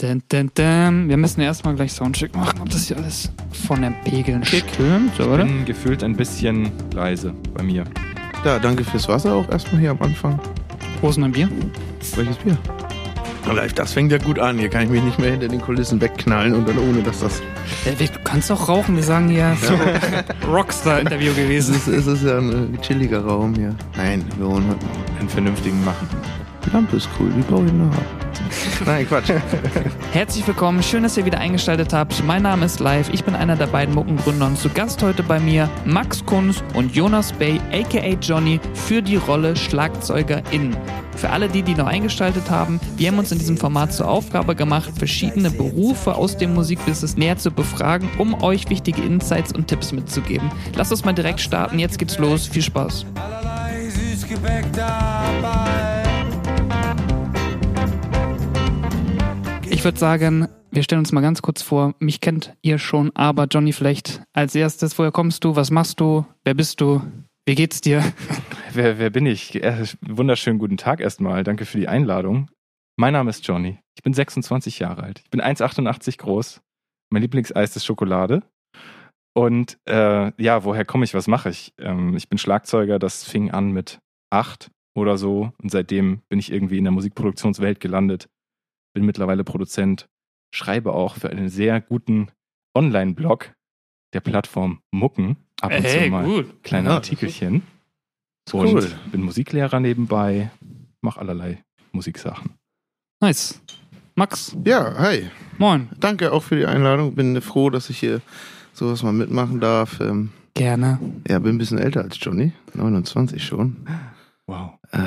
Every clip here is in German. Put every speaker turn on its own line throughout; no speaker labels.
Dun, dun, dun. Wir müssen erstmal gleich Soundcheck machen, ob das hier alles von den Pegeln
Schick.
stimmt,
Ich
oder?
bin gefühlt ein bisschen leise bei mir.
Ja, danke fürs Wasser auch erstmal hier am Anfang.
Prost und ein Bier.
Welches Bier? Live, das fängt ja gut an. Hier kann ich mich nicht mehr hinter den Kulissen wegknallen und dann ohne, dass das.
Äh, wir- du kannst auch rauchen, wir sagen hier so Rockstar-Interview
Es
gewesen.
ist, es ist ja ein äh, chilliger Raum hier. Nein, wir halt- holen heute noch.
Einen vernünftigen machen.
Die Lampe ist cool, die brauche ich noch. Nein, Quatsch.
Herzlich willkommen, schön, dass ihr wieder eingeschaltet habt. Mein Name ist Live, ich bin einer der beiden Muckengründer und zu Gast heute bei mir Max Kunz und Jonas Bay, aka Johnny, für die Rolle SchlagzeugerInnen. Für alle die, die noch eingeschaltet haben, wir haben uns in diesem Format zur Aufgabe gemacht, verschiedene Berufe aus dem Musikbusiness näher zu befragen, um euch wichtige Insights und Tipps mitzugeben. Lasst uns mal direkt starten, jetzt geht's los, viel Spaß.
allerlei Süßgebäck dabei.
Ich würde sagen, wir stellen uns mal ganz kurz vor. Mich kennt ihr schon, aber Johnny vielleicht als erstes. Woher kommst du? Was machst du? Wer bist du? Wie geht's dir?
Wer, wer bin ich? Äh, wunderschönen guten Tag erstmal. Danke für die Einladung. Mein Name ist Johnny. Ich bin 26 Jahre alt. Ich bin 1,88 groß. Mein Lieblingseis ist Schokolade. Und äh, ja, woher komme ich? Was mache ich? Ähm, ich bin Schlagzeuger. Das fing an mit acht oder so. Und seitdem bin ich irgendwie in der Musikproduktionswelt gelandet. Bin mittlerweile Produzent. Schreibe auch für einen sehr guten Online-Blog der Plattform Mucken. Ab und zu mal
gut.
kleine
Ja,
Artikelchen.
ist
Und
cool.
bin Musiklehrer nebenbei, mache allerlei Musiksachen.
Nice. Max,
Ja, hi.
moin.
Danke auch für die Einladung. Bin froh, dass ich hier sowas mal mitmachen darf. Ähm,
Gerne.
ja, bin ein bisschen älter als Johnny. 29 schon.
Wow.
Äh,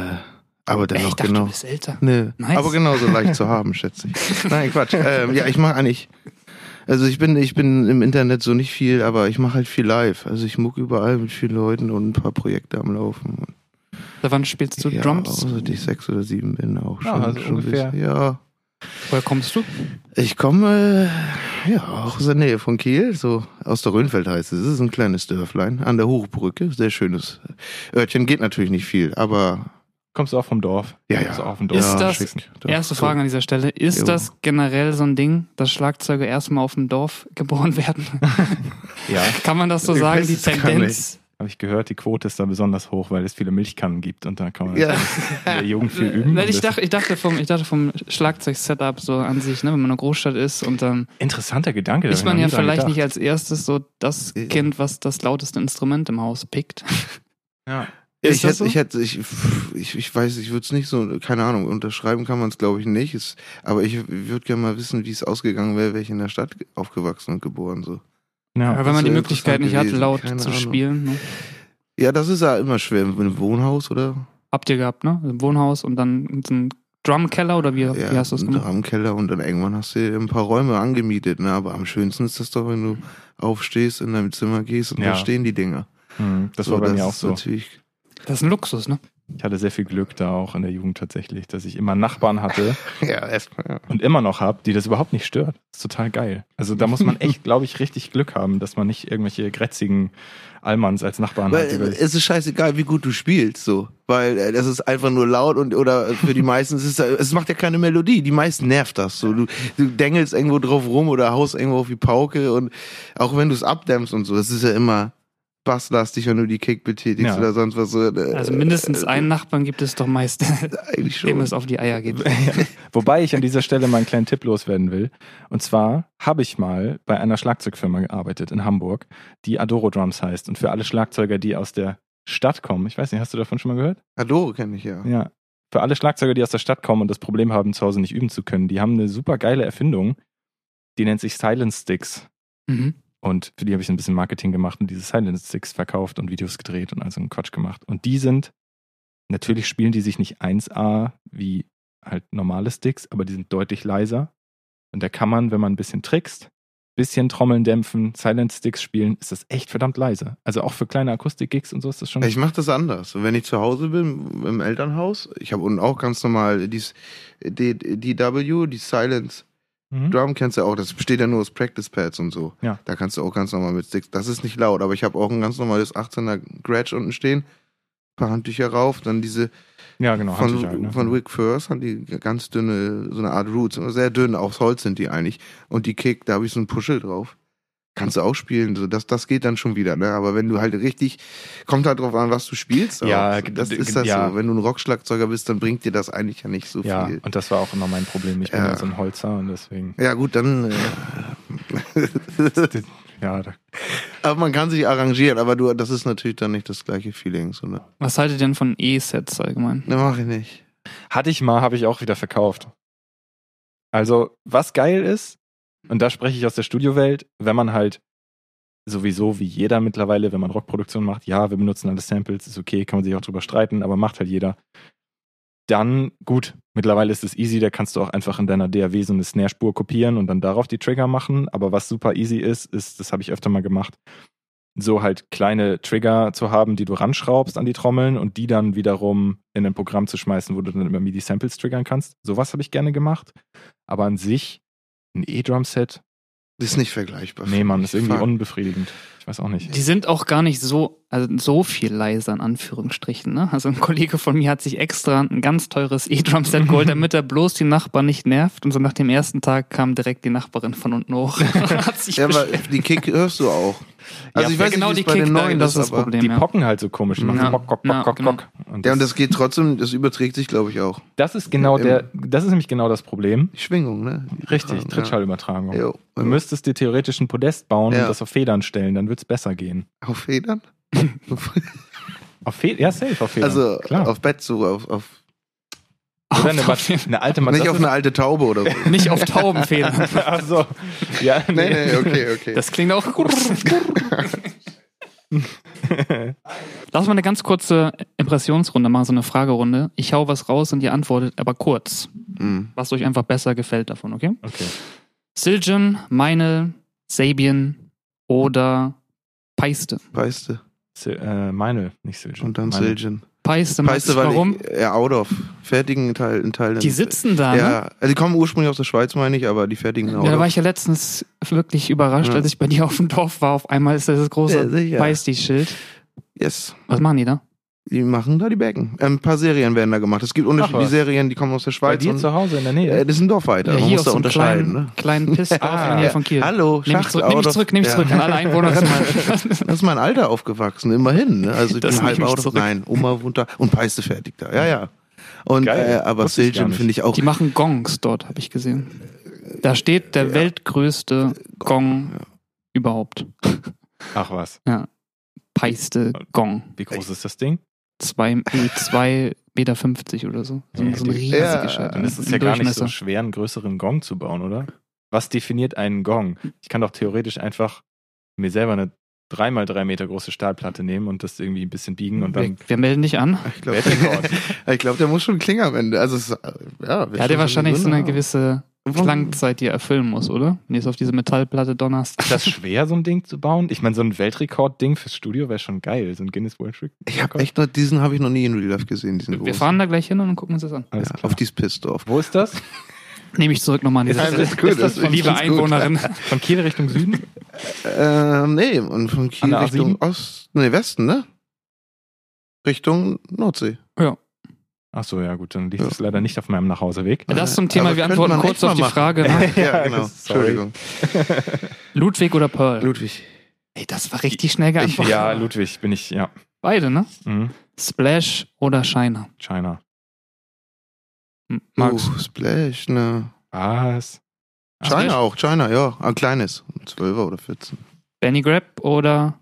Ey,
aber
ich
dennoch
dachte,
genau.
du bist älter.
Nö.
Nice.
Aber genauso leicht zu haben, schätze ich. Nein, Quatsch. Ähm, ja, ich mache eigentlich. Also ich bin, ich bin im Internet so nicht viel, aber ich mache halt viel live. Also ich muck überall mit vielen Leuten und ein paar Projekte am Laufen. Und
Da wann spielst du
ja,
Drums?
Außer ich sechs oder sieben bin auch schon.
Ja, also
schon
ungefähr.
bisschen- Ja.
Woher kommst du?
Ich komme äh, ja auch aus der Nähe von Kiel, so aus der Rhönfeld heißt es. Es ist ein kleines Dörflein an der Hochbrücke, sehr schönes äh, Örtchen. Geht natürlich nicht viel, aber
Kommst du auch vom Dorf?
Ja, ja.
Kommst du auch vom Also Dorf?
Ist das-
schick.
doch,
Erste
so.
Frage an dieser Stelle. Ist
Jo.
das generell so ein Ding, dass Schlagzeuger erstmal auf dem Dorf geboren werden?
Ja,
Kann man das so
Ich
sagen,
weiß
die
es gar
Tendenz?
habe ich gehört, die Quote ist da besonders hoch, weil es viele Milchkannen gibt und da kann man
Ja.
in der Jugend viel üben.
Nein,
Und
ich,
das-
dachte, ich, dachte vom, ich dachte vom Schlagzeug-Setup so an sich, ne, wenn man in einer Großstadt ist und dann
interessanter Gedanke. da
ist
hab ich
man
noch
ja
nie dran
vielleicht
gedacht.
nicht als erstes so das
Ja.
Kind, was das lauteste Instrument im Haus pickt. Ist
Ich
das
hätte,
so?
ich hätte, ich, ich, ich weiß, ich würde es nicht so, keine Ahnung, unterschreiben kann man es glaube ich nicht. Es, aber ich würde gerne mal wissen, wie es ausgegangen wäre, wäre ich in der Stadt ge- aufgewachsen und geboren so.
Aber
Ja.
wenn
das
man die
wär
Möglichkeit nicht hat,
interessant
laut
gewesen,
zu
keine Ahnung.
spielen, ne?
Ja, das ist ja immer schwer mit einem Wohnhaus oder?
habt ihr gehabt, ne? Im Wohnhaus und dann in so einem Drumkeller oder wie, wie hast du es
im
gemacht?
Keller und dann irgendwann hast du dir ein paar Räume angemietet. Ne? Aber am schönsten ist das doch, wenn du aufstehst, in deinem Zimmer gehst und
Ja.
da stehen die Dinger.
Hm, Das war bei mir auch
ist
so.
Natürlich,
Das ist ein Luxus, ne?
Ich hatte sehr viel Glück da auch in der Jugend tatsächlich, dass ich immer Nachbarn hatte
ja, erstmal. Ja.
und immer noch habe, die das überhaupt nicht stört. Das ist total geil. Also da muss man echt, glaube ich, richtig Glück haben, dass man nicht irgendwelche grätzigen Allmanns als Nachbarn
Weil äh,
hat. die das-
es ist scheißegal, wie gut du spielst, so. Weil äh, das ist einfach nur laut und oder für die meisten es ist äh, es macht ja keine Melodie. Die meisten nervt das so. Du, du dengelst irgendwo drauf rum oder haust irgendwo auf die Pauke und auch wenn du es abdämmst und so, es ist ja immer basslastig, wenn du die Kick betätigst
Ja.
oder sonst was so. äh,
Also mindestens einen Nachbarn gibt es doch meist,
eigentlich
dem
schon.
es auf die Eier geht.
Wobei ich an dieser Stelle mal einen kleinen Tipp loswerden will. Und zwar habe ich mal bei einer Schlagzeugfirma gearbeitet in Hamburg, die Adoro Drums heißt. Und für alle Schlagzeuger, die aus der Stadt kommen, ich weiß nicht, hast du davon schon mal gehört?
Adoro kenne ich ja.
Ja. Für alle Schlagzeuger, die aus der Stadt kommen und das Problem haben, zu Hause nicht üben zu können, die haben eine super geile Erfindung, die nennt sich Silent Sticks.
Mhm.
Und für die habe ich ein bisschen Marketing gemacht und diese Silent Sticks verkauft und Videos gedreht und also einen Quatsch gemacht. Und die sind, natürlich spielen die sich nicht 1A wie halt normale Sticks, aber die sind deutlich leiser. Und da kann man, wenn man ein bisschen trickst, bisschen Trommeln dämpfen, Silent Sticks spielen, ist das echt verdammt leise. Also auch für kleine Akustik-Gigs und so ist das schon.
Ich mache das anders. Wenn ich zu Hause bin, im Elternhaus, ich habe unten auch ganz normal dies, die, die DW, die Silence
Mhm.
Drum kennst du ja auch, das besteht ja nur aus Practice Pads und so.
Ja.
Da kannst du auch ganz normal mit Sticks. Das ist nicht laut, aber ich habe auch ein ganz normales 18er Gratch unten stehen, paar Handtücher rauf, dann diese
Ja, genau.
von,
Handtücher halt, ne?
von Wick First haben die ganz dünne, so eine Art Roots. Sehr dünn, aus Holz sind die eigentlich. Und die Kick, da habe ich so ein Puschel drauf. Kannst du auch spielen, so das, das geht dann schon wieder, ne? Aber wenn du halt richtig, kommt halt drauf an, was du spielst. aber
Ja,
das
g-
ist das
ja.
so. Wenn du ein Rockschlagzeuger bist, dann bringt dir das eigentlich ja nicht so
ja,
viel.
und das war auch immer mein Problem. Ich bin
Ja.
ja so ein Holzer und deswegen.
Ja, gut, dann. Äh,
Ja, da,
aber man kann sich arrangieren, aber du, das ist natürlich dann nicht das gleiche Feeling, so, ne?
Was haltet ihr denn von E-Sets allgemein?
Ne, mach ich nicht.
Hatte ich mal, habe ich auch wieder verkauft. Also, was geil ist, und da spreche ich aus der Studiowelt, wenn man halt sowieso wie jeder mittlerweile, wenn man Rockproduktion macht, ja, wir benutzen alle Samples, ist okay, kann man sich auch drüber streiten, aber macht halt jeder. Dann, gut, mittlerweile ist es easy, da kannst du auch einfach in deiner DAW so eine Snare-Spur kopieren und dann darauf die Trigger machen. Aber was super easy ist, ist, das habe ich öfter mal gemacht, so halt kleine Trigger zu haben, die du ranschraubst an die Trommeln und die dann wiederum in ein Programm zu schmeißen, wo du dann immer MIDI-Samples triggern kannst. Sowas habe ich gerne gemacht. Aber an sich, ein E-Drum-Set,
Das ist nicht vergleichbar.
nee, Mann, ist irgendwie
Fuck.
unbefriedigend. Ich weiß auch nicht.
Die sind auch gar nicht so, also so viel leiser in Anführungsstrichen. Ne? Also ein Kollege von mir hat sich extra ein ganz teures E-Drum-Set geholt, damit er bloß die Nachbarn nicht nervt. Und so nach dem ersten Tag kam direkt die Nachbarin von unten hoch. hat sich
Ja, aber
beschwert.
die Kick hörst du auch. Also ich
Ja,
weiß
genau
nicht, wie
die
es bei
Kick,
den
da-
neuen
das ist das
aber-
Problem.
Die
ja.
pocken halt so komisch. Die machen
Ja.
so bock, bock, bock,
Ja,
bock,
genau.
bock. Und
Ja,
das,
und das geht trotzdem, das überträgt sich, glaube ich, auch.
das ist genau
im-
der, das ist nämlich genau das Problem.
Die Schwingung, ne?
Richtig,
Die Übertragung,
halt
Trittschallübertragung.
um.
Ja. Jo.
Du müsstest dir theoretisch ein Podest bauen
Ja.
und das auf Federn stellen, dann wird es besser gehen.
Auf Federn?
Auf Federn? Ja, safe, auf Federn.
also
Klar.
auf Bett so, auf, auf
Oder eine,
Auf-
Mat- eine alte Matratze.
nicht auf eine alte Taube oder so.
nicht auf Taubenfedern.
Ach so. Ja,
nee, nee, okay, okay.
Das klingt auch. Lass mal eine ganz kurze Impressionsrunde machen, so eine Fragerunde. Ich hau was raus und ihr antwortet, aber kurz,
Mm.
was euch einfach besser gefällt davon, okay?
Okay.
Siljan, meine, Sabian oder Peiste.
Peiste
Sil äh, meine, nicht Siljan.
und dann
Meine.
Siljan.
Peiste, Max,
Peiste, weil
warum?
ich, ja, Outdoor. Fertigen Teil, in Teilen.
die sitzen da, ne?
Ja, also die kommen ursprünglich aus der Schweiz, meine ich, aber die fertigen
Ja, da war
Outdoor.
ich ja letztens wirklich überrascht,
Ja.
als ich bei dir auf dem Dorf war. Auf einmal ist das
Ja,
große
sicher.
Peisti-Schild.
Yes.
Was machen die da?
Die machen da die Becken. Ähm, ein paar Serien werden da gemacht. Es gibt unterschiedliche
was.
Serien, die kommen aus der
Bei
Schweiz.
dir zu Hause in der Nähe.
äh, das ist ein Dorf weiter.
Ja,
Man muss da
so einem
unterscheiden.
kleinen,
ne?
kleinen Piss auf in der Nähe von Kiel.
Hallo,
Nehme ich
Schacht,
zurück, nehme ich
Auto.
zurück, nehme ich
Ja.
zurück. An alle Einwohner.
Das ist mein Alter aufgewachsen, immerhin. Ne? Also ich
Das
bin halb
nehme ich
out.
zurück.
Nein, Oma wohnt da und Peiste fertig da. Ja, ja. Und
Geil.
äh, aber
Wusste ich gar
Siljan
nicht.
finde ich auch.
Die machen Gongs dort, habe ich gesehen. Da steht der
Äh,
weltgrößte Gong überhaupt.
Ach was.
Peiste Gong.
Wie
Äh,
groß ist das Ding?
Zwei, nee, zwei Meter 50 oder so. So, so ein
Ja,
riesiges
ja,
Scheiß.
Dann ist
ne?
es
Im
ja gar nicht
Durchmesser.
so schwer, einen größeren Gong zu bauen, oder? Was definiert einen Gong? Ich kann doch theoretisch einfach mir selber eine 3x3 Meter große Stahlplatte nehmen und das irgendwie ein bisschen biegen und
Wir,
dann.
wir melden dich an.
Ich glaube,
Weltrekord.
ich glaub, der muss schon klingen am Ende. Also es, äh, ja, wird
Der hat ja
schon
wahrscheinlich so
Gründe
eine
haben.
gewisse Klangzeit, die er erfüllen muss, oder? Wenn du es auf diese Metallplatte donnerst.
Ist das schwer, so ein Ding zu bauen? Ich meine, so ein Weltrekord-Ding fürs Studio wäre schon geil. So ein Guinness World Record.
Ich habe echt noch diesen habe ich noch nie in Real Life gesehen. Diesen
Wir
großen.
fahren da gleich hin und gucken uns das an.
Alles
ja,
klar.
auf dieses Pissdorf.
Wo ist das?
Nehme ich zurück nochmal an diese
Ja,
Stelle.
das ist gut,
Ist das
das ist
liebe
gut.
Einwohnerin.
Von Kiel Richtung Süden?
Ähm, nee, und von
An
Kiel
der
Richtung Ost, nee Westen, ne? Richtung Nordsee.
Ach so, ja gut, dann liegt es leider nicht auf meinem Nachhauseweg.
Das zum Thema,
Also, Aber
wir antworten
könnte man
kurz
echt
auf
mal
die
machen.
Frage. ne? nach
Ja, genau.
Sorry.
Entschuldigung.
Ludwig oder Pearl?
Ludwig.
Ey, das war richtig schnell
Ich,
geantwortet.
ja, Ludwig bin ich, ja.
Beide, ne?
Mhm.
Splash oder Shiner?
China.
M- Max.
Uh, Splash, ne?
Was?
China
Splash?
auch, China, ja. Ein kleines. Ein 12er oder 14.
Benny Greb oder.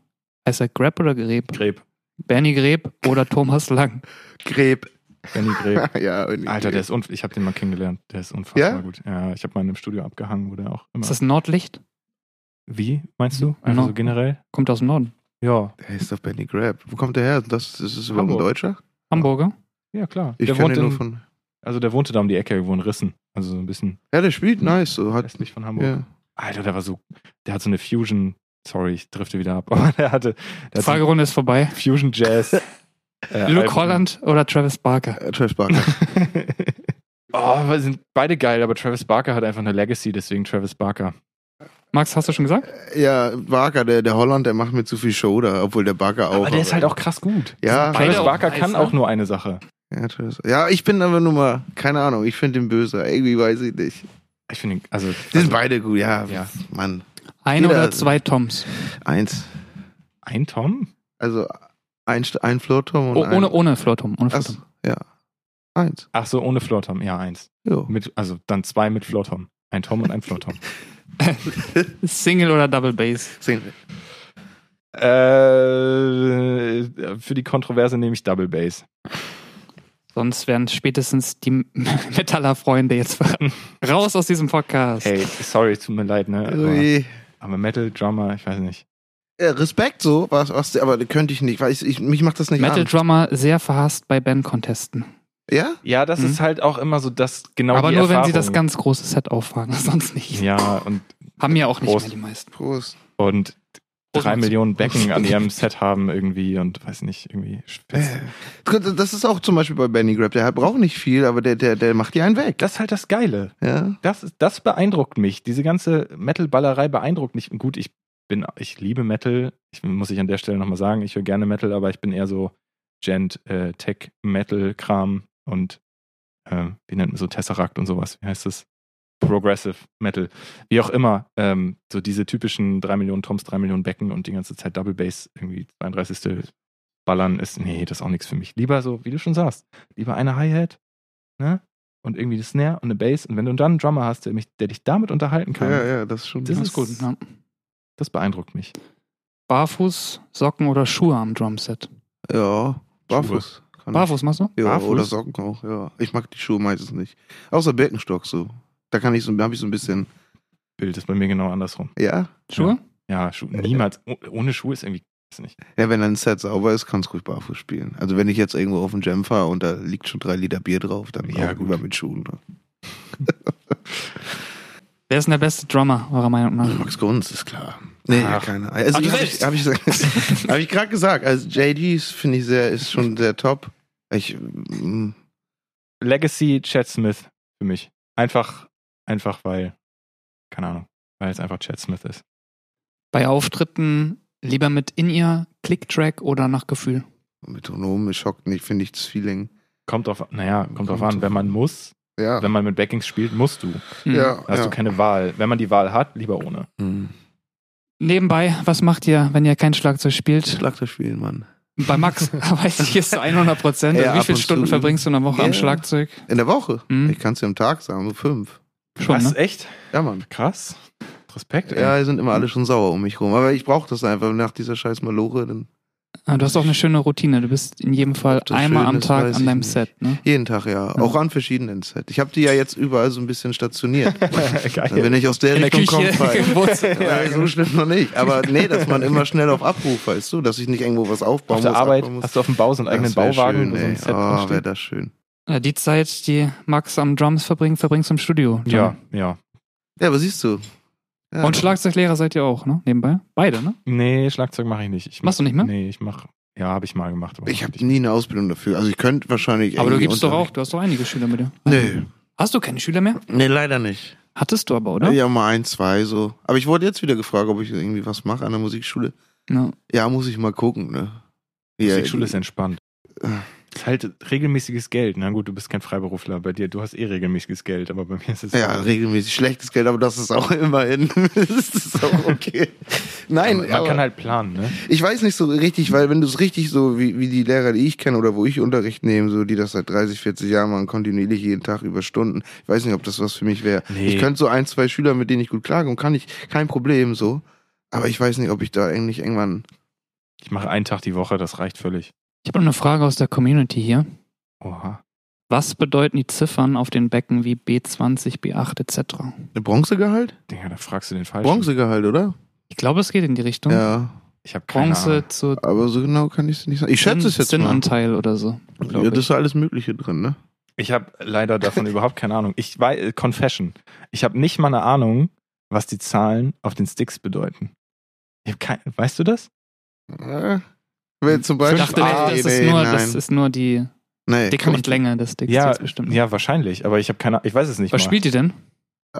Heißt er Greb oder Greb?
Greb.
Benny Greb oder Thomas Lang?
Greb.
Benny Greb.
ja, und-
Alter, der ist unf ich habe den mal kennengelernt. Der ist unfassbar
Ja?
gut. Ja, ich habe mal in einem Studio abgehangen, wo der auch immer.
Ist das Nordlicht?
Wie meinst du? Einfach
Genau.
so generell?
Kommt aus dem Norden.
Ja,
Der ist doch Benny Grab. Wo kommt der her? Das, ist es überhaupt ein
Hamburg.
Deutscher?
Hamburger?
ja klar.
Ich
der
kenne
wohnt
den nur
in,
von.
also der wohnte da um die Ecke irgendwo in Rissen, also so ein bisschen
Ja, der spielt nice. So hat.
westlich von Hamburg.
Ja.
Alter, der war so, der hat so eine Fusion. Sorry, ich drifte wieder ab. Aber der hatte, der hat so
Fragerunde ist vorbei.
Fusion Jazz. äh,
Luke
Alben.
Holland oder Travis Barker?
Äh, Travis Barker.
oh, aber sind beide geil, aber Travis Barker hat einfach eine Legacy, deswegen Travis Barker.
Max, hast du schon gesagt?
ja, Barker, der, der Holland, der macht mir zu viel Show da, obwohl der Barker auch.
aber der ist halt auch krass gut.
Ja,
Beide
Travis
auch
Barker
nice,
kann
ne?
auch nur eine Sache.
Ja, tolles. ja, ich bin aber nur mal, keine Ahnung, ich finde den böse. Irgendwie weiß ich nicht.
Ich finde, also,
Die sind beide gut, ja.
Ja.
Mann.
Ein
Jeder-
oder zwei Toms.
Eins.
ein Tom?
Also ein, St- ein Flirtturm und
Oh,
ein.
ohne ohne Flirtum. Ohne
Achso,
Flirtum.
ja. Eins.
Ach so, ohne Floor Tom. Ja, eins.
Jo.
Mit, also dann zwei mit Floor Tom. Ein Tom und ein Floor Tom.
Single oder Double Bass.
Sehen wir.
äh, für die Kontroverse nehme ich Double Bass.
Sonst wären spätestens die Metaller-Freunde jetzt raus aus diesem Podcast.
Hey, sorry, tut mir leid, ne?
also,
Aber,
Ui.
aber Metal, Drummer, ich weiß nicht.
Äh, Respekt so, was, was, aber das könnte ich nicht, weil ich, ich mich macht das nicht
Metal
an.
Drummer sehr verhasst bei Bandcontesten.
Ja?
Ja, das
Mhm.
ist halt auch immer so das genau
Aber
die
nur wenn
Erfahrung.
sie das ganz große Set auffahren, sonst nicht.
Ja, und,
Haben ja auch nicht
Prost.
mehr die meisten.
Prost.
und drei
Prost.
Millionen Becken an ihrem Set haben irgendwie und weiß nicht, irgendwie. spitz.
Gut, Äh, Das ist auch zum Beispiel bei Benny Grab. Der braucht nicht viel, aber der, der, der macht die einen weg.
Das ist halt das Geile.
Ja.
das, ist- das beeindruckt mich. Diese ganze Metal-Ballerei beeindruckt mich. Und Gut, ich bin, ich liebe Metal. Ich muss ich an der Stelle nochmal sagen, ich höre gerne Metal, aber ich bin eher so Gent, äh, Tech, Metal-Kram und äh, wie nennt man so Tesseract und sowas. Wie heißt das? Progressive Metal. Wie auch immer, ähm, so diese typischen 3 Millionen Toms, 3 Millionen Becken und die ganze Zeit Double Bass, irgendwie 32. Ballern ist, nee, das ist auch nichts für mich. Lieber so, wie du schon sagst, lieber eine Hi-Hat, ne? und irgendwie eine Snare und eine Bass. Und wenn du dann einen Drummer hast, der, mich, der dich damit unterhalten kann,
ja, ja, das ist schon.
Das ist-
gut. ne? Ja.
das beeindruckt mich.
Barfuß, Socken oder Schuhe am Drumset.
ja. Barfuß. Kann
Barfuß machst du?
ich. Ja,
Barfuß?
oder Socken auch, ja. Ich mag die Schuhe meistens nicht. Außer Birkenstock so. Da kann ich so, da habe ich so ein bisschen.
Bild ist bei mir genau andersrum.
Ja?
Schuhe?
Ja, Schu
Äh,
niemals. Oh, ohne Schuhe ist irgendwie. Weiß nicht.
Ja, wenn dein Set sauber ist, kannst du ruhig Barfuß spielen. Also wenn ich jetzt irgendwo auf den Jam fahre und da liegt schon drei Liter Bier drauf, dann
Ja,
auch
gut.
über mit Schuhen. ne?
Wer ist denn der beste Drummer, eurer Meinung nach?
Max Grunz ist klar. Nee,
Ach.
keine. Also,
Ach, du
hab ich,
selbst.
hab ich, hab ich gerade gesagt. Also JD ist, finde ich sehr, ist schon sehr top. Ich, mm,
Legacy Chad Smith für mich. Einfach, einfach weil, keine Ahnung, weil es einfach Chad Smith ist.
Bei Auftritten lieber mit In-Ear, Click-Track oder nach Gefühl?
Metronom schockt nicht, finde ich das Feeling.
Kommt auf, naja, kommt, drauf
Kommt
an, wenn man muss,
Ja.
wenn man mit Backings spielt, musst du.
Hm.
ja,
Da hast
ja.
du Hm. keine Wahl. Wenn man die Wahl hat, lieber ohne.
Mhm.
Nebenbei, was macht ihr, wenn ihr kein Schlagzeug spielt?
Schlagzeug spielen, Mann.
Bei Max weiß ich jetzt zu 100 Prozent.
Ja,
Also wie
ab
viele
und
Stunden
zu.
verbringst du in der Woche am
Ja.
Schlagzeug?
In der Woche?
Hm.
Mhm.
Ich kann es dir am Tag sagen, so fünf.
Schon,
Was?
ne?
Echt?
Ja, Mann.
Krass. Respekt. ey.
Ja, die sind immer alle schon sauer um mich rum. Aber ich brauche das einfach nach dieser scheiß Malore. Dann
Ah, Du hast auch eine schöne Routine. Du bist in jedem Fall
Ob das
einmal
schön
am
ist,
Tag
weiß
an
ich
deinem
nicht.
Set. Ne?
jeden Tag, ja. Auch an verschiedenen Sets. Ich habe die ja jetzt überall so ein bisschen stationiert.
Geil.
Also Wenn ich aus der
In der
Richtung komme,
Küche, im Wohnzimmer.
Ja,
genau.
so schlimm noch nicht. Aber nee, dass man immer schnell auf Abruf, weißt du, dass ich nicht irgendwo was aufbauen
auf der
muss.
Arbeit
abbauen muss.
hast du auf dem Bau so einen eigenen
Das wär
Bauwagen,
Schön,
wo so ein
ey.
Set
oh,
drinsteht.
wäre das schön.
Äh, Die Zeit, die Max am Drums verbringt, verbringst du im Studio.
Ja, ja.
Ja, aber siehst du. Ja.
Und Schlagzeuglehrer seid ihr auch, ne? Nebenbei? Beide, ne?
Nee, Schlagzeug mache ich nicht. Ich
Machst du nicht mehr?
Nee, ich mache. Ja, habe ich mal gemacht. aber
Ich
mach
habe nie eine Ausbildung dafür. Also ich könnte wahrscheinlich.
Aber du
irgendwie
gibst doch auch,
Unterricht-
du hast doch einige Schüler mit dir.
Nee,
Hast du keine Schüler mehr?
nee, leider nicht.
Hattest du aber,
Ne?
Ja?
oder?
ja, mal ein, zwei so. Aber ich wurde jetzt wieder gefragt, ob ich irgendwie was mache an der Musikschule.
Ja.
Ja, muss ich mal gucken, ne?
Die
Ja,
Musikschule ist entspannt.
Äh.
Ist halt regelmäßiges Geld. Na gut, du bist kein Freiberufler. Bei dir, du hast eh regelmäßiges Geld, aber bei mir ist es.
Ja, regelmäßig schlechtes Geld, aber das ist auch immerhin. das ist auch okay. Nein,
man
aber-
kann halt planen, ne?
Ich weiß nicht so richtig, weil wenn du es richtig so wie, wie die Lehrer, die ich kenne oder wo ich Unterricht nehme, so die das seit 30, 40 Jahren machen, kontinuierlich jeden Tag über Stunden, ich weiß nicht, ob das was für mich wäre.
Nee.
Ich könnte so ein, zwei Schüler, mit denen ich gut klarkomme, kann ich, kein Problem so. Aber ich weiß nicht, ob ich da eigentlich irgendwann.
Ich mache einen Tag die Woche, das reicht völlig.
Ich habe noch eine Frage aus der Community hier.
Oha.
Was bedeuten die Ziffern auf den Becken wie B20, B8 etc.?
Eine Bronzegehalt?
Digga, da fragst du den falschen.
Bronzegehalt, oder?
Ich glaube, es geht in die Richtung.
Ja.
Ich habe keine Ahnung.
Bronze zu
Aber so genau kann ich es nicht sagen. Ich schätze es jetzt mal.
Sinnanteil oder so. glaub ich.
Ja, das ist ja alles Mögliche drin, ne?
Ich habe leider davon überhaupt keine Ahnung. Ich weiß, äh, Confession. Ich habe nicht mal eine Ahnung, was die Zahlen auf den Sticks bedeuten. Ich hab kein, weißt du das?
Ja. Äh, Wenn zum
Ich
Beispiel.
dachte,
Ah,
das, ist
nee,
nur,
nein.
das ist nur die
nee.
dicke und Länge des Dicks
ja,
jetzt bestimmt.
ja, wahrscheinlich. Aber ich habe keine. Ich weiß es nicht.
Hm. Was
mal.
spielt ihr denn?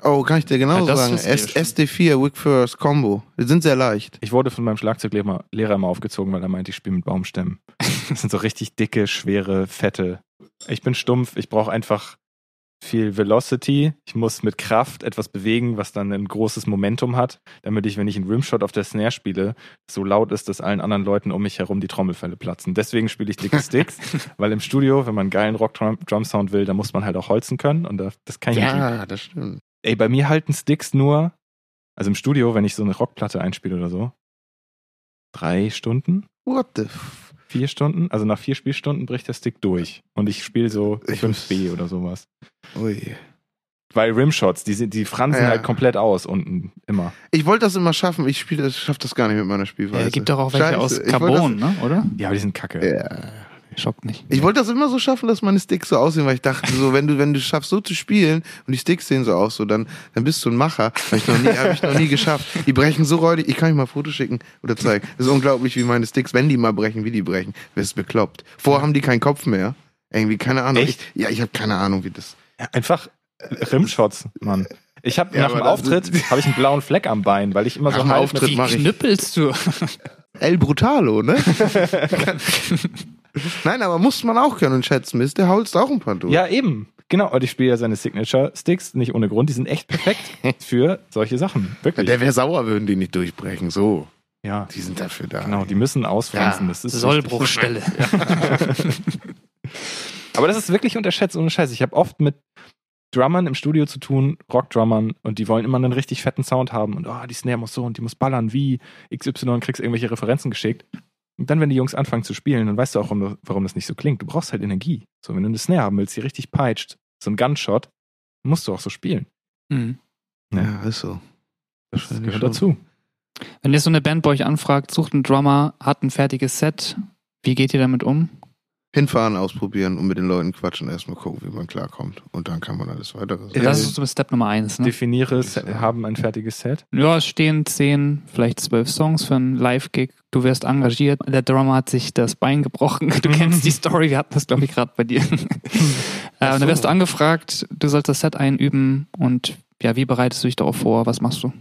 Oh, kann ich dir genau
Ja, das
sagen.
wisst ihr
S
schon.
SD4, Wick First, Combo. Die sind sehr leicht.
Ich wurde von meinem Schlagzeuglehrer Lehrer immer aufgezogen, weil er meinte, ich spiele mit Baumstämmen. Das sind so richtig dicke, schwere, fette Ich bin stumpf, ich brauche einfach viel Velocity. Ich muss mit Kraft etwas bewegen, was dann ein großes Momentum hat, damit ich, wenn ich einen Rimshot auf der Snare spiele, so laut ist, dass allen anderen Leuten um mich herum die Trommelfälle platzen. Deswegen spiele ich dicke Sticks, weil im Studio, wenn man einen geilen Rock-Drum-Sound will, dann muss man halt auch holzen können und da- das kann ich nicht
Ja, das stimmt.
ey, bei mir halten Sticks nur, also im Studio, wenn ich so eine Rockplatte einspiele oder so, drei Stunden,
What the f
vier Stunden, also nach vier Spielstunden bricht der Stick durch und ich spiele so
Ich
5B oder sowas.
Ui.
Weil Rimshots, die, sind, die fransen
Ja.
halt komplett aus unten, immer.
Ich wollte das immer schaffen, ich spiele das, schaff das gar nicht mit meiner Spielweise.
Ja, gibt doch auch welche
Scheiße,
aus
ich wollte
Carbon, ne? oder?
Ja, aber die sind kacke.
das- Ja.
Schockt nicht.
Ich wollte das immer so schaffen, dass meine Sticks so aussehen, weil ich dachte, so, wenn du, wenn du schaffst, so zu spielen und die Sticks sehen so aus, so, dann, dann bist du ein Macher. Hab ich noch nie, hab ich noch nie geschafft. Die brechen so räudig, ich kann euch mal ein Foto schicken oder zeigen. Das ist unglaublich, wie meine Sticks, wenn die mal brechen, wie die brechen. Wer ist bekloppt? Vorher haben die keinen Kopf mehr. Irgendwie, keine Ahnung.
Echt?
Ich, ja, ich habe keine Ahnung, wie das.
Einfach Rimshots, Mann. Ich habe
Ja,
nach dem
aber das-
Auftritt habe ich einen blauen Fleck am Bein, weil ich immer
Nach
so
dem
halb
Auftritt
mit-
mach ich.
Knüppelst du?
El Brutalo, ne? Nein, aber muss man auch können und schätzen, Mist, der haulst auch ein paar durch.
Ja, eben. Genau, und ich spiele ja seine Signature Sticks nicht ohne Grund, die sind echt perfekt für solche Sachen, wirklich.
Der wäre sauer, würden die nicht durchbrechen. So,
ja.
die sind dafür da.
Genau, die müssen ausfransen.
Ja,
das ist wichtig.
Sollbruchstelle.
Aber das ist wirklich unterschätzt, ohne Scheiß. Ich habe oft mit Drummern im Studio zu tun, Rockdrummern, und die wollen immer einen richtig fetten Sound haben. Und oh, die Snare muss so und die muss ballern, wie XY, kriegst irgendwelche Referenzen geschickt. Und dann, wenn die Jungs anfangen zu spielen, dann weißt du auch, warum das- warum das nicht so klingt. Du brauchst halt Energie. So, wenn du eine Snare haben willst, die richtig peitscht, so ein Gunshot, musst du auch so spielen.
Mhm.
Ja, ist so.
Das
Wahrscheinlich
gehört
schon.
dazu.
Wenn jetzt so eine Band bei euch anfragt, sucht einen Drummer, hat ein fertiges Set, wie geht ihr damit um?
Hinfahren, ausprobieren und mit den Leuten quatschen, erstmal gucken, wie man klarkommt. Und dann kann man alles weitere sagen.
Das ist so Step Nummer eins. Ne?
Definiere,
Ist so.
haben ein fertiges Set.
Ja, es stehen zehn, vielleicht zwölf Songs für einen Live-Gig. Du wirst engagiert. Der Drummer hat sich das Bein gebrochen. Du kennst die Story. Wir hatten das, glaube ich, gerade bei dir. äh, und dann wirst du angefragt, du sollst das Set einüben und ja, wie bereitest du dich darauf vor? Was machst du?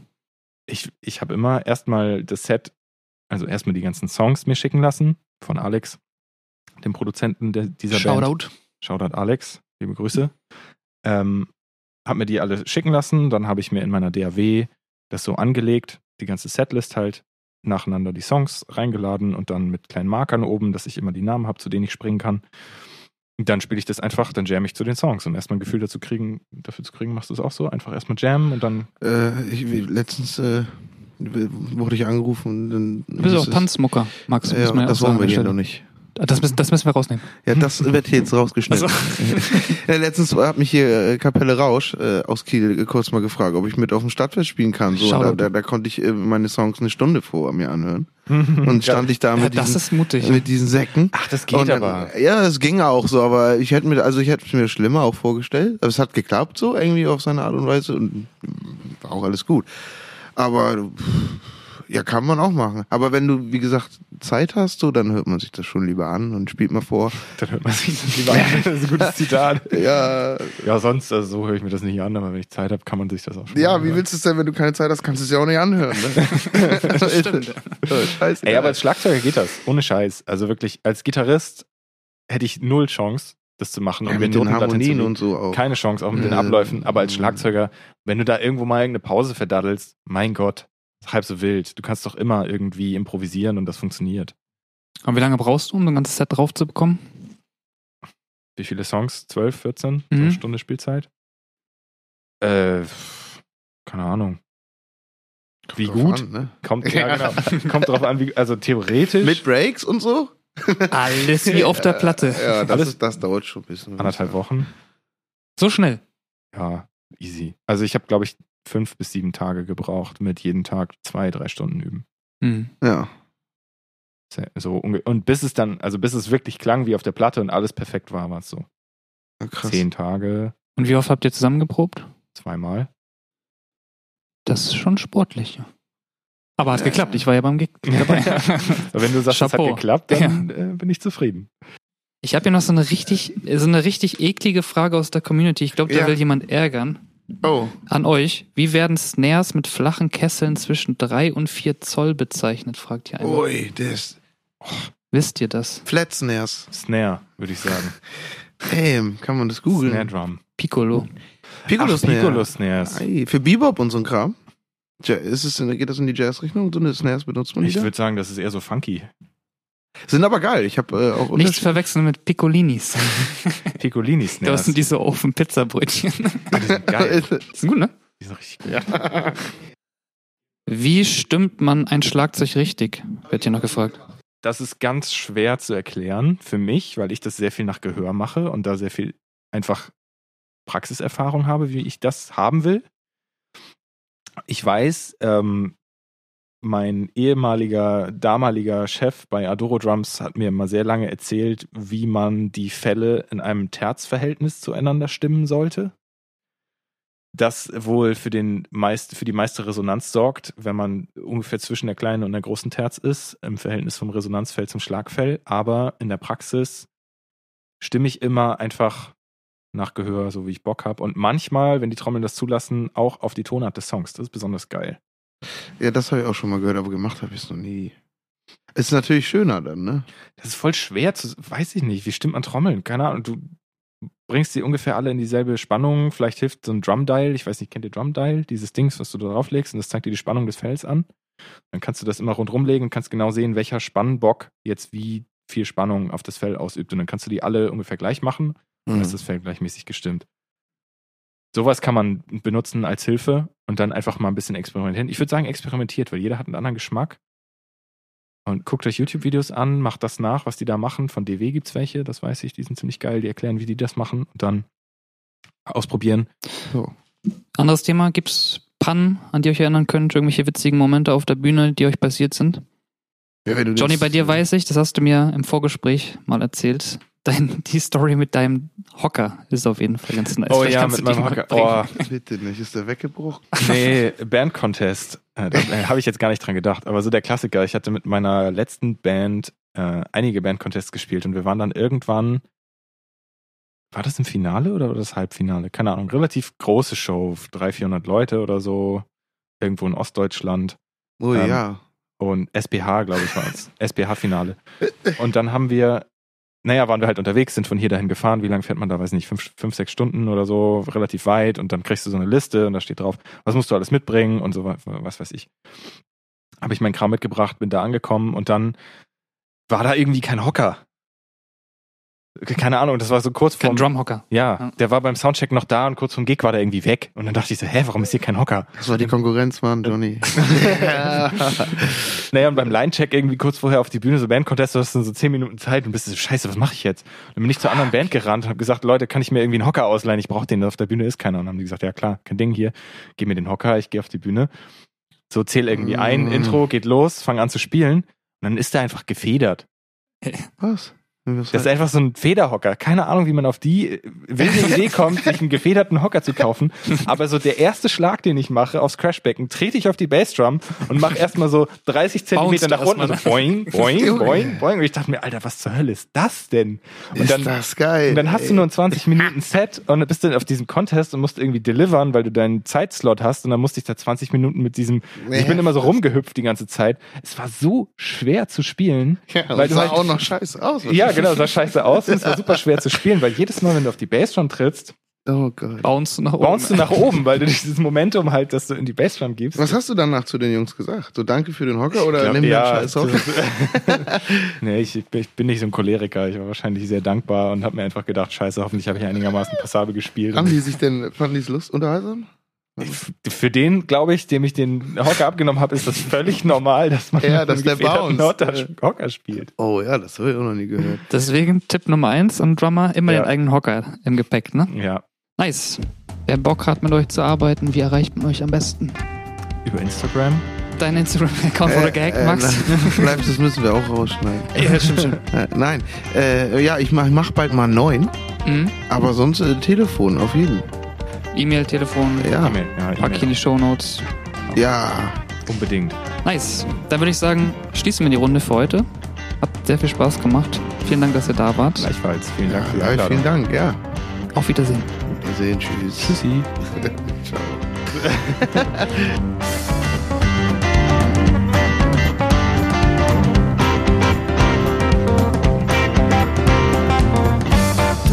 ich, ich habe immer erstmal das Set, also erstmal die ganzen Songs mir schicken lassen von Alex, dem Produzenten der, dieser Band. Shoutout Alex, liebe Grüße. Ähm, hab mir die alle schicken lassen, dann habe ich mir in meiner DAW das so angelegt, die ganze Setlist halt, nacheinander die Songs reingeladen und dann mit kleinen Markern oben, dass ich immer die Namen habe, zu denen ich springen kann. Und Dann spiele ich das einfach, dann jam ich zu den Songs, um erstmal ein Gefühl dazu kriegen, dafür zu kriegen, machst du es auch so, einfach erstmal jammen und dann
Äh, ich, wie- letztens äh, wurde ich angerufen und dann.
Du bist
hieß
auch
es-
Tanzmucker, Max.
Ja,
muss man ja
das
auch sagen
wollen wir
an der
hier
Stelle.
noch nicht.
Ah, Das müssen, das müssen wir rausnehmen.
Ja, das wird hier jetzt
Also,
rausgeschnitten.
Also-
ja, letztens hat mich hier äh, Kapelle Rausch äh, aus Kiel kurz mal gefragt, ob ich mit auf dem Stadtfest spielen kann. So,
Schau.
da, da, da konnte ich äh, meine Songs eine Stunde vor mir anhören. Und stand ich da
Ja,
mit,
das
diesen,
ist mutig.
mit diesen Säcken.
Ach, das
Und dann- Ja, es ging auch so, aber ich hätte mir, also ich hätte es mir schlimmer auch vorgestellt. Aber es hat geklappt so irgendwie auf seine Art und Weise und mm, war auch alles gut. Aber pff, ja, kann man auch machen. Aber wenn du, wie gesagt, Zeit hast, so, dann hört man sich das schon lieber an und spielt mal vor.
Dann hört man sich das lieber an. Das ist ein gutes Zitat.
Ja,
Ja, sonst, also so höre ich mir das nicht an, aber wenn ich Zeit habe, kann man sich das auch schon ne?
ja,
anhören.
wie willst du es denn, wenn du keine Zeit hast, kannst du es ja auch nicht anhören. Ne? Stimmt. Scheiße.
Ey, aber als Schlagzeuger geht das, ohne Scheiß. Also wirklich, als Gitarrist hätte ich null Chance, das zu machen. um
ja,
mir
mit den
Noten dahin zu
Harmonien
legen.
und so auch.
Keine Chance, auch mit den
Ähm.
Abläufen. Aber als Schlagzeuger, wenn du da irgendwo mal irgendeine Pause verdaddelst, mein Gott, ist halb so wild. Du kannst doch immer irgendwie improvisieren und das funktioniert.
Und wie lange brauchst du, um ein ganzes Set drauf zu bekommen?
Wie viele Songs? 12, 14? So
Mhm.
eine Stunde Spielzeit? Äh, keine Ahnung. Wie
Drauf
gut?
an, ne?
Kommt, ja, genau. Kommt drauf an, wie, also theoretisch
Mit Breaks und so?
Alles wie auf der Platte.
Ja, das,
Alles-
ist, das dauert schon ein bisschen.
anderthalb Wochen.
So schnell.
Ja, easy. Also ich habe, glaube ich, fünf bis sieben Tage gebraucht mit jeden Tag zwei, drei Stunden üben.
Mhm.
Ja.
Sehr- So unge- und bis es dann, also bis es wirklich klang wie auf der Platte und alles perfekt war, war es so.
Ja, Ah, Krass.
Zehn Tage,
Und wie oft habt ihr zusammengeprobt?
zweimal.
Das ist schon sportlich. ja. Aber hat
Ja,
geklappt.
ja.
Ich war ja beim Gig dabei.
Aber wenn du sagst, es hat
Chapeau.
geklappt, dann äh, bin ich zufrieden.
ich habe hier noch so eine richtig, so eine richtig eklige Frage aus der Community. Ich glaube, da
Ja.
will jemand ärgern.
Oh,
An euch. Wie werden Snares mit flachen Kesseln zwischen 3 und 4 Zoll bezeichnet? Fragt hier einer.
Also ui, das
Wisst ihr das?
Flatsnares.
Snare, würde ich sagen.
Damn, kann man das googeln?
Snare Drum.
Piccolo.
Oh, Piccolo
Ach,
Snare.
Piccolo Snares.
Ei, Für Bebop und so ein Kram. Tja, ist es denn, geht das in die Jazz-Richtung? So eine Snares benutzt man
Ich
wieder?
würde sagen, das ist eher so funky.
Sind aber geil. Ich habe äh, auch
Nichts
Unterschied-
verwechseln mit Piccolinis.
Piccolini
Das
Snares. Ah,
sind diese Ofen-Pizza-Brötchen.
die sind geil.
Die sind gut, ne?
Die sind richtig
Wie stimmt man ein Schlagzeug richtig? Wird hier noch gefragt.
Das ist ganz schwer zu erklären für mich, weil ich das sehr viel nach Gehör mache und da sehr viel einfach Praxiserfahrung habe, wie ich das haben will. Ich weiß, ähm, mein ehemaliger, damaliger Chef bei Adoro Drums hat mir mal sehr lange erzählt, wie man die Fälle in einem Terzverhältnis zueinander stimmen sollte. Das wohl für, den meist, für die meiste Resonanz sorgt, wenn man ungefähr zwischen der kleinen und der großen Terz ist, im Verhältnis vom Resonanzfeld zum Schlagfell. Aber in der Praxis stimme ich immer einfach nach Gehör, so wie ich Bock habe. Und manchmal, wenn die Trommeln das zulassen, auch auf die Tonart des Songs. Das ist besonders geil.
Ja, das habe ich auch schon mal gehört, aber gemacht habe ich es noch nie. Ist natürlich schöner dann, ne?
Das ist voll schwer zu, weiß ich nicht, wie stimmt man Trommeln? Keine Ahnung, du bringst sie ungefähr alle in dieselbe Spannung. Vielleicht hilft so ein Drumdial, ich weiß nicht, kennt ihr Drumdial? Dieses Dings, was du da drauflegst und das zeigt dir die Spannung des Fells an. Dann kannst du das immer rundherum legen und kannst genau sehen, welcher Spannbock jetzt wie viel Spannung auf das Fell ausübt. Und dann kannst du die alle ungefähr gleich machen dann ist das Feld gleichmäßig gestimmt. Sowas kann man benutzen als Hilfe und dann einfach mal ein bisschen experimentieren. Ich würde sagen, experimentiert, weil jeder hat einen anderen Geschmack. Und guckt euch YouTube-Videos an, macht das nach, was die da machen. Von DW gibt es welche, das weiß ich, die sind ziemlich geil, die erklären, wie die das machen und dann ausprobieren.
Anderes Thema, gibt's Pannen, an die ihr euch erinnern könnt, irgendwelche witzigen Momente auf der Bühne, die euch passiert sind?
Ja, wenn du
Johnny,
das-
bei dir weiß ich, das hast du mir im Vorgespräch mal erzählt. Dein, die Story mit deinem Hocker ist auf jeden Fall ganz nice. Vielleicht kannst du die mal bringen.
Oh,
Bitte nicht, ist der weggebrochen?
Nee, Band Contest. Äh, Da äh, habe ich jetzt gar nicht dran gedacht. Aber so der Klassiker. Ich hatte mit meiner letzten Band äh, einige Band Contests gespielt und wir waren dann irgendwann. War das im Finale oder war das Halbfinale? Keine Ahnung. Relativ große Show, 300, 400 Leute oder so. Irgendwo in Ostdeutschland.
Oh
Ähm,
ja.
Und SPH, glaube ich, war es. SPH-Finale. Und dann haben wir, naja, waren wir halt unterwegs, sind von hier dahin gefahren. Wie lange fährt man da? Weiß nicht, fünf, fünf, sechs Stunden oder so, relativ weit. Und dann kriegst du so eine Liste und da steht drauf, was musst du alles mitbringen und so, wa- was weiß ich. Habe ich meinen Kram mitgebracht, bin da angekommen und dann war da irgendwie kein Hocker. Keine Ahnung, das war so kurz vor.
Kein Drumhocker. Ja.
Ja, der war beim Soundcheck noch da und kurz vom Gig war der irgendwie weg. Und dann dachte ich so, hä, warum ist hier kein Hocker?
Das war die Konkurrenz, Mann, Johnny.
Naja, und beim Line-Check irgendwie kurz vorher auf die Bühne, so Band-Contest, du hast dann so 10 Minuten Zeit und bist so, scheiße, was mache ich jetzt? Und dann bin ich zur anderen Band gerannt und habe gesagt, Leute, kann ich mir irgendwie einen Hocker ausleihen? Ich brauche den, auf der Bühne ist keiner. Und haben die gesagt, ja klar, kein Ding hier, gib mir den Hocker, ich gehe auf die Bühne. So zähl irgendwie ein,
Mm.
Intro, geht los, fang an zu spielen. Und dann ist der einfach gefedert.
Was?
Das ist einfach so ein Federhocker. Keine Ahnung, wie man auf die äh, wilde Idee kommt, sich einen gefederten Hocker zu kaufen. Aber so der erste Schlag, den ich mache aufs Crashbecken, trete ich auf die Bassdrum und mache erstmal so 30 Zentimeter nach
Bounced
unten. und So boing, boing, boing, boing. Und ich dachte mir, Alter, was zur Hölle ist das denn? Und
ist
dann,
das geil.
und dann hast du nur ein 20 Minuten Set und dann bist du auf diesem Contest und musst irgendwie delivern, weil du deinen Zeitslot hast und dann musste ich da 20 Minuten mit diesem, ich bin immer so rumgehüpft die ganze Zeit. Es war so schwer zu spielen,
Ja,
weil
das
du
sah
halt
auch noch scheiße aus.
ja, genau, sah scheiße aus und es war super schwer zu spielen, weil jedes Mal, wenn du auf die Bassdrum trittst,
Oh Gott.
Bounce nach oben.
bounst du nach oben, weil du dieses Momentum halt, dass du in die Bassdrum gibst.
Was hast du danach zu den Jungs gesagt? So, danke für den Hocker oder nimm den Scheiß auf?
nee, ich, ich bin- ich bin nicht so ein Choleriker. Ich war wahrscheinlich sehr dankbar und habe mir einfach gedacht, scheiße, hoffentlich habe ich einigermaßen passabel gespielt.
Haben die sich denn, fanden die es lust unterhaltsam?
Für den, glaube ich, dem ich den Hocker abgenommen habe, ist das völlig normal, dass man
Ja,
mit
dass
einem
der
gefederten
bounced.
Hocker- Hocker spielt.
Oh ja, das habe ich auch noch nie gehört.
Deswegen Tipp Nummer eins am Drummer, immer
Ja.
den eigenen Hocker im Gepäck, ne?
Ja,
Nice. Wer Bock hat, mit euch zu arbeiten, wie erreicht man euch am besten?
über Instagram.
Dein Instagram-Account
Äh,
wurde gehackt, Max.
na, Bleibst, das müssen wir auch rausschneiden.
ja, stimmt, stimmt.
Äh, nein, äh, ja, ich mach, ich mach bald mal neun,
Mhm.
aber sonst äh, Telefon auf jeden.
E-Mail, Telefon,
Ja,
E-Mail. Ah, Ja,
pack ich in
E-Mail.
die Shownotes.
ja.
Unbedingt.
Nice. Dann würde ich sagen, schließen wir die Runde für heute. Habt sehr viel Spaß gemacht. Vielen Dank, dass ihr da wart.
Gleichfalls. Vielen Dank für die
ja, ja
Einladung.
vielen Dank, ja.
Auf Wiedersehen.
Wir sehen, tschüss.
Tschüssi.
Ciao.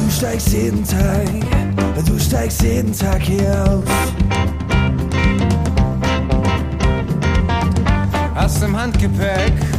Du steigst jeden Tag, du steigst jeden Tag hier aus. Hast im Handgepäck